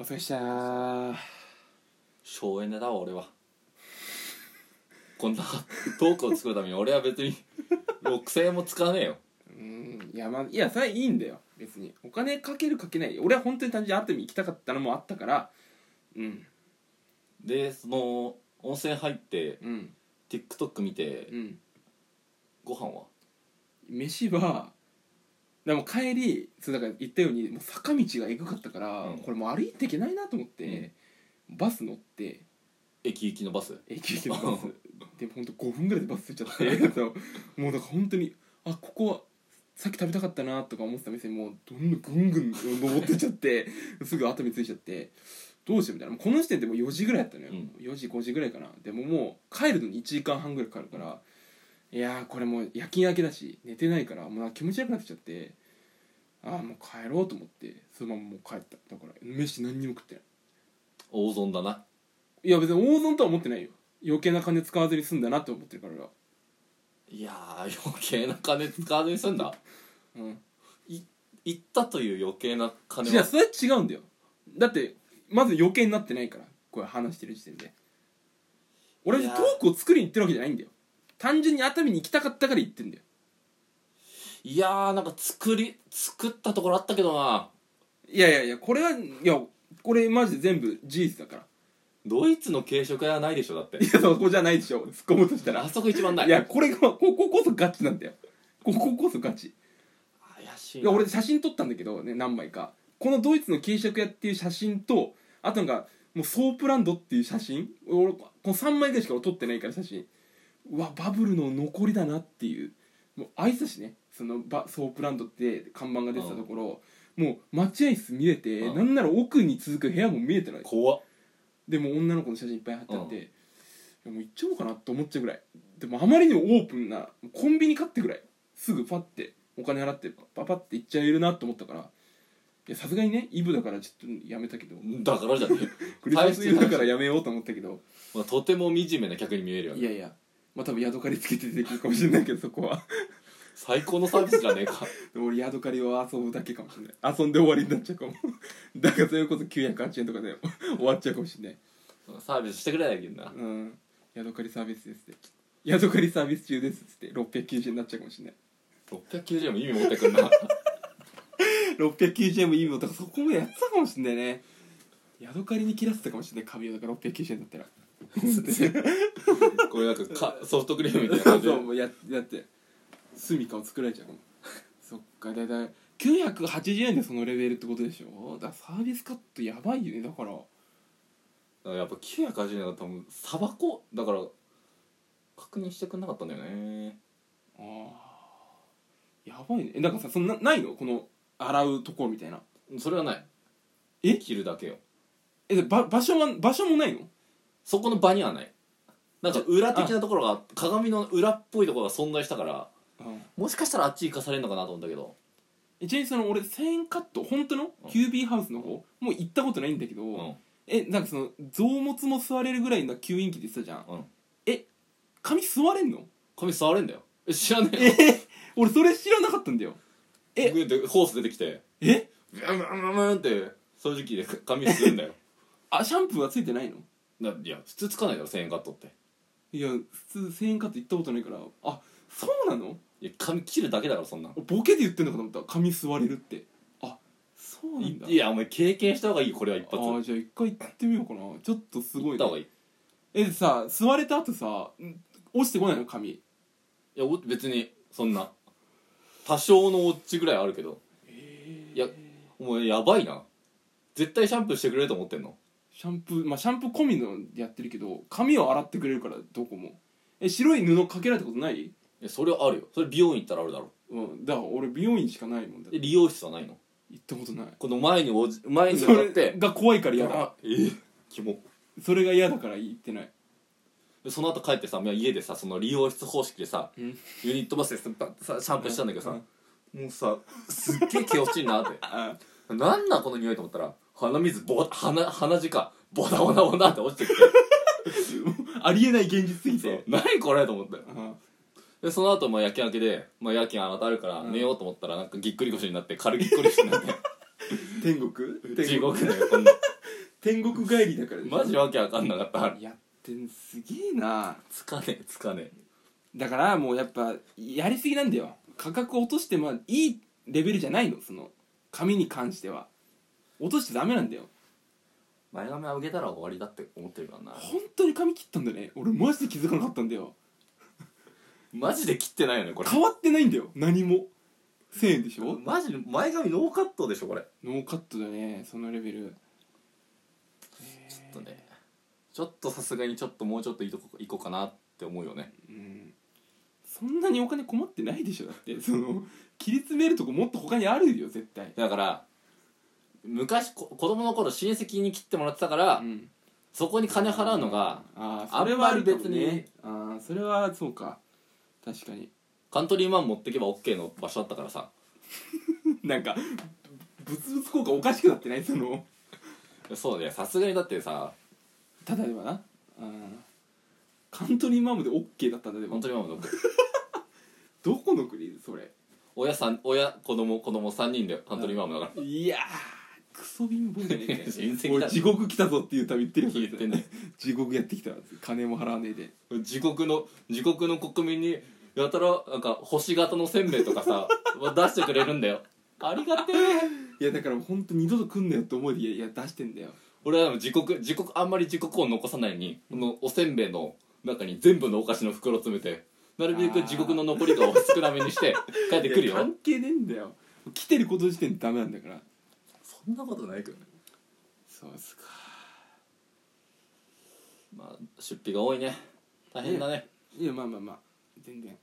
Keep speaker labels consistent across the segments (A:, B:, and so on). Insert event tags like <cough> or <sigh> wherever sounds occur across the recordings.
A: 疲れっしたな
B: 省エネだわ俺はこんな <laughs> トークを作るために俺は別に6000円も使わねえよ
A: うんいやまあいやそれはいいんだよ別にお金かけるかけない俺は本当に単純に熱海行きたかったのもあったからうん
B: でその温泉入って
A: うん
B: TikTok 見て
A: うん
B: ご飯は
A: 飯はでも帰りそうだから言ったようにもう坂道がえぐかったから、
B: うん
A: これもう歩いていけないなと思って、バス乗って
B: 駅行きのバス
A: 駅行きのバスでほんと5分ぐらいでバス着いちゃって
B: <laughs>
A: そうもうだから本当にあここはさっき食べたかったなとか思ってた店もうどんどんぐんぐん登ってっちゃってすぐ熱海着いちゃってどうしようみたいなもうこの時点でもう4時ぐらいだったのよ、
B: うん
A: 4時5時ぐらいかなでももう帰るのに1時間半ぐらいかかるからいやーこれもう夜勤明けだし寝てないからもうなんか気持ち悪くなってきちゃってああもう帰ろうと思ってそのままもう帰っただから飯何にも食ってない
B: 大損だない
A: や別に大損とは思ってないよ余計な金使わずに済んだなって思ってるから俺はい
B: やー余計な金使わずに済んだ
A: うん
B: 行ったという余計な金
A: いや
B: は
A: それは違うんだよだってまず余計になってないからこれ話してる時点で俺
B: い
A: ト
B: や
A: ークを作りに行ってるわけじゃないんだよ単純に熱海に行きたかったから行ってんだよ
B: いやーなんか作り作ったところあったけどない
A: やいやいやこれはいやこれマジで全部事実だから
B: ドイツの軽食屋はないでしょだって
A: いやそこじゃないでしょ突っ込むとしたら
B: あそこ一番ない
A: いやこれがこここそガチなんだよこここそガチ
B: 怪しい
A: い
B: な
A: や俺写真撮ったんだけどね何枚かこのドイツの軽食屋っていう写真とあとなんかもうソープランドっていう写真俺この3枚ぐらいしか俺撮ってないから写真うわバブルの残りだなっていうもうあいつだしねそのバソープランドって看板が出てたところ、もう待合室見れて、
B: うん
A: なんなら奥に続く部屋も見えてない
B: 怖っ
A: でもう女の子の写真いっぱい貼ってあって、いやもう行っちゃおうかなと思っちゃうぐらいでもあまりにもオープンなコンビニ買ってぐらいすぐパッてお金払ってパパッて行っちゃえるなと思ったからいやさすがにねイブだからちょっとやめたけど
B: だからじゃねえ
A: <laughs> クリスマスイブだからやめようと思ったけど
B: まあ、とても惨めな客に見えるよ
A: い
B: ね
A: やいやまあ多分宿借りつけて出てくるかもしれないけどそこは
B: 最高のサービスじゃねえか
A: でも俺宿借りを遊ぶだけかもしれない遊んで終わりになっちゃうかもだからそれこそ908円とかで終わっちゃうかもしれない
B: <laughs> サービスしてくれないけどな
A: うん宿借りサービスですって宿借りサービス中ですっつって690円になっちゃうかもしれない
B: 690円も意味持ってくん <laughs> な
A: 690円もいいもんだからそこもやってたかもしれないね宿借りに切らせたかもしれない紙をだから690円だったら
B: これなんかかソフトクリームみたいな感じで
A: <laughs> そうもうややって住みかを作られちゃうかもそっかだいたい980円でそのレベルってことでしょだからサービスカットやばいよねだから
B: だからやっぱ980円だったらもうタバコだから確認してくんなかったんだよね
A: あーやばいねえだからさそんなないのこの洗うところみたいな
B: それはない
A: え
B: 切るだけよ
A: えでば場所は場所もないの
B: そこの場にはないなんか裏的なところが鏡の裏っぽいところが存在したから
A: うん
B: もしかしたらあっち行かされるのかなと思ったけど
A: えちなみにその俺1000円カット本当の
B: うん
A: キュービーハウスの方もう行ったことないんだけど、
B: うん
A: えなんかその臓物も座れるぐらいの吸引器って言ってたじゃん、
B: うん
A: え髪座れんの
B: 髪触れんだよえ知らねえよ
A: え俺それ知らなかったんだよえ
B: グーってホース出てきて
A: え
B: ブンブンブンブンって掃除機で髪するんだよ
A: あシャンプーはついてないの
B: ないや普通つかないだろ1000円カットって
A: いや普通1000円カット行ったことないからあそうなの
B: いや髪切るだけだからそんなん
A: ボケで言ってんのかと思った髪座れるってあそうなんだ
B: いいやお前経験した方がいいよこれは一
A: あ
B: 発
A: ー
B: 行
A: じゃあ一回行ってみようかなちょっとすご
B: っ
A: い
B: た
A: ね
B: 方がいい
A: えでさ座れた後さん落ちてこないの髪
B: いやお別にそんな多少のオッチぐらいあるけどいやお前やばいな絶対シャンプーしてくれると思ってんの
A: シャンプーまあシャンプー込みのやってるけど髪を洗ってくれるからどこもえ白い布かけられたことない
B: いやそれはあるよそれ美容院行ったらあるだろ
A: うんだから俺美容院しかないもんだって
B: で理容室はないの
A: 行ったことない
B: この前におじ前に
A: そ
B: もらっ
A: れ
B: て
A: が怖いから嫌だ
B: あえキモ
A: それが嫌だから行ってない
B: でその後帰ってさまあ家でさその理容室方式でさ
A: うん
B: ユニットバスでさバッてさシャンプーしたんだけどさ
A: う
B: もうさすっげえ気落ちいなって <laughs>
A: あ
B: なんなんこの匂いと思ったら鼻水ボ鼻鼻血かボタボタボタって落ちてきて
A: ありえない現実すぎ
B: そう
A: て
B: 何これと思って
A: あ
B: でその後まあ夜勤明けで、まあ、夜勤あたるから
A: うん
B: 寝ようと思った <laughs> らなんかぎっくり腰になって軽ぎっくり腰になって
A: 天国
B: 地
A: 天国
B: 獄だよこんな
A: 天国帰りだからでしょ
B: マジわけわかんなかったあれ
A: やってんすげえな
B: つかねえつかね
A: だからもうやっぱやりすぎなんだよ価格落としてまあいいレベルじゃないのその紙に関しては落としてダメなんだよ
B: 前髪上げたら終わりだって思ってるからな
A: 本当に髪切ったんだね俺マジで気づかなかったんだよ
B: マジで切ってないよねこれ
A: 変わってないんだよ何も1000円でしょ
B: マジで前髪ノーカットでしょこれ
A: ノーカットだねそのレベル
B: ちょっとねちょっとさすがにちょっともうちょっといいとこ行こうかなって思うよね
A: うんそんなにお金困ってないでしょだってその切り詰めるとこもっと他にあるよ絶対
B: だから昔こ子供の頃親戚に切ってもらってたから、
A: うん
B: そこに金払うのが
A: あー
B: あ
A: そ
B: ん
A: れは
B: ま
A: あ
B: り
A: るかも
B: 別に
A: ねあーそれはそうか確かに <laughs>
B: カントリーマン持ってけば OK の場所だったからさ
A: なんかブツブツ効果おかしくなってないその
B: そうねさすがにだってさ
A: 例えばなうんカントリーマームで OK だったんだで
B: カン
A: も
B: トリーマンもどっか
A: どこの国それ
B: 親さん親子供子供3人でカントリーマンだから
A: いやークソ貧乏じゃねえかよ
B: 親戚だ
A: <laughs> 俺地獄来たぞっていう歌言ってるよそ
B: 言
A: れ
B: ってんね
A: <laughs> 地獄やってきた金も払わねえで
B: 自国の自国の国民にやたらなんか星型のせんべいとかさ出してくれるんだよありがてえ
A: いやだから本当二度と来んなよって思いでいやいや出してんだよ
B: 俺は自国自国あんまり自国を残さないようにこのおせんべいの中に全部のお菓子の袋詰めてなるべく自国の残りが少なめにして <laughs> 帰ってくる
A: いや
B: よ
A: 関係ねえんだよ来てること時点でダメなんだから
B: そんなことないけどね
A: そうっすか
B: まあ出費が多いね大変だね
A: いやまあまあまあ全然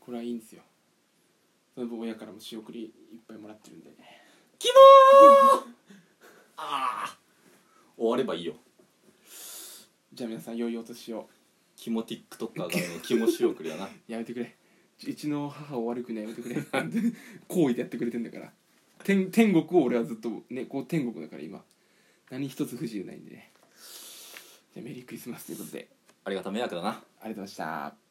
A: これはいいんですよその分親からも仕送りいっぱいもらってるんで
B: キモーああ終わればいいよ
A: じゃあ皆さん良いお年を
B: キモ TikToker からのキモ仕送りだ <laughs> な
A: やめてくれうちの母を悪くねやめてくれ <laughs> 好意でやってくれてんだから天天国を俺はずっとねこう天国だから今何一つ不自由ないんでねじゃあメリークリスマスということで
B: ありがた迷惑だな
A: ありがとうございました